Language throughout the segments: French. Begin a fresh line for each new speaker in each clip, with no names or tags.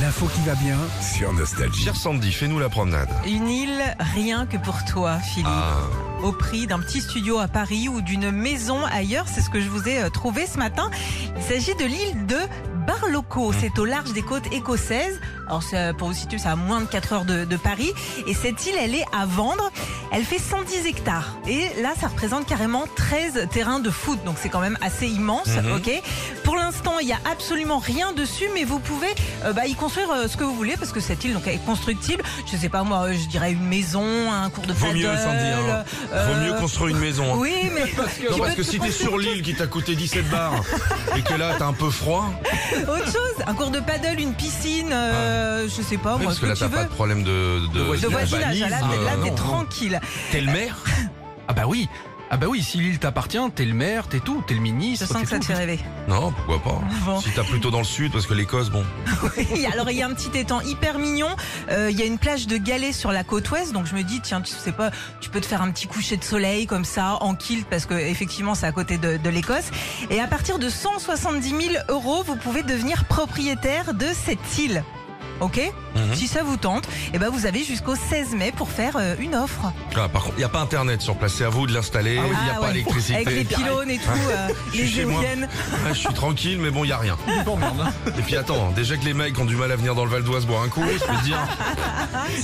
L'info qui va bien.
Sur Nostalgie.
Cher Sandy, fais-nous la promenade.
Une île rien que pour toi, Philippe.
Ah,
Au prix d'un petit studio à Paris ou d'une maison ailleurs, c'est ce que je vous ai euh, trouvé ce matin. Il s'agit de l'île de
Mmh.
Barloco. C'est au large des côtes écossaises. Alors, c'est, euh, pour vous situer, c'est à moins de 4 heures de, de Paris. Et cette île, elle est à vendre. Elle fait 110 hectares. Et là, ça représente carrément 13 terrains de foot. Donc, c'est quand même assez immense.
Mhm.
OK Pour l'instant, il n'y a absolument rien dessus, mais vous pouvez euh, bah, y construire euh, ce que vous voulez parce que cette île donc, est constructible. Je sais pas, moi, euh, je dirais une maison, un cours de
Vaut
paddle.
mieux, Sandy, hein. vaut
euh,
mieux construire une maison. hein.
Oui, mais
Non,
tu
parce
peux
que
te
si t'es sur l'île qui t'a coûté 17 bars et que là t'as un peu froid,
Oh, autre chose, un cours de paddle, une piscine, euh, je sais pas,
Ah. oui,
moi,
parce
ce
que
que,
là
tu
t'as pas
veux.
de problème de, Ah,
De
De
voisinage,
voisinage, là,
d'urbanisme,
là,
euh,
t'es
non,
tranquille.
T'es le maire Ah bah oui. Ah bah oui, si l'île t'appartient, t'es le maire, t'es tout, t'es le
Je
ministre.
sens que
t'es
ça te
tout.
fait rêver.
Non, pourquoi pas.
Bon.
Si t'as plutôt dans le sud, parce que l'Écosse, bon.
Oui, alors il y a un petit étang hyper mignon. Euh, Il y a une plage de galets sur la côte ouest, donc je me dis tiens tu sais pas, tu peux te faire un petit coucher de soleil comme ça en kilt parce que effectivement c'est à côté de, de l'Écosse. Et à partir de 170 000 euros, vous pouvez devenir propriétaire de cette île. Ok
Mhm.
Si ça vous tente, eh ben vous avez jusqu'au 16 mai pour faire euh, une offre.
Ah, par contre, il n'y a pas internet sur place, c'est à vous de l'installer, il
Ah
n'y a pas
ouais.
d'électricité.
Avec les pylônes et tout, euh,
Je suis
les
chez moi.
éoliennes.
Ah, je suis tranquille, mais bon, il n'y a rien.
Bon, merde, hein.
Et puis attends, déjà que les mecs ont du mal à venir dans le Val d'Oise boire un coup, je peux te dire,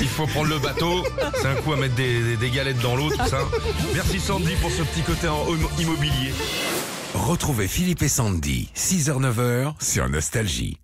il faut prendre le bateau, c'est un coup à mettre des, des- des galettes dans l'eau, tout ça. Merci Sandy pour ce petit côté en homo- immobilier.
Retrouvez Philippe et Sandy, 6h-9h sur Nostalgie.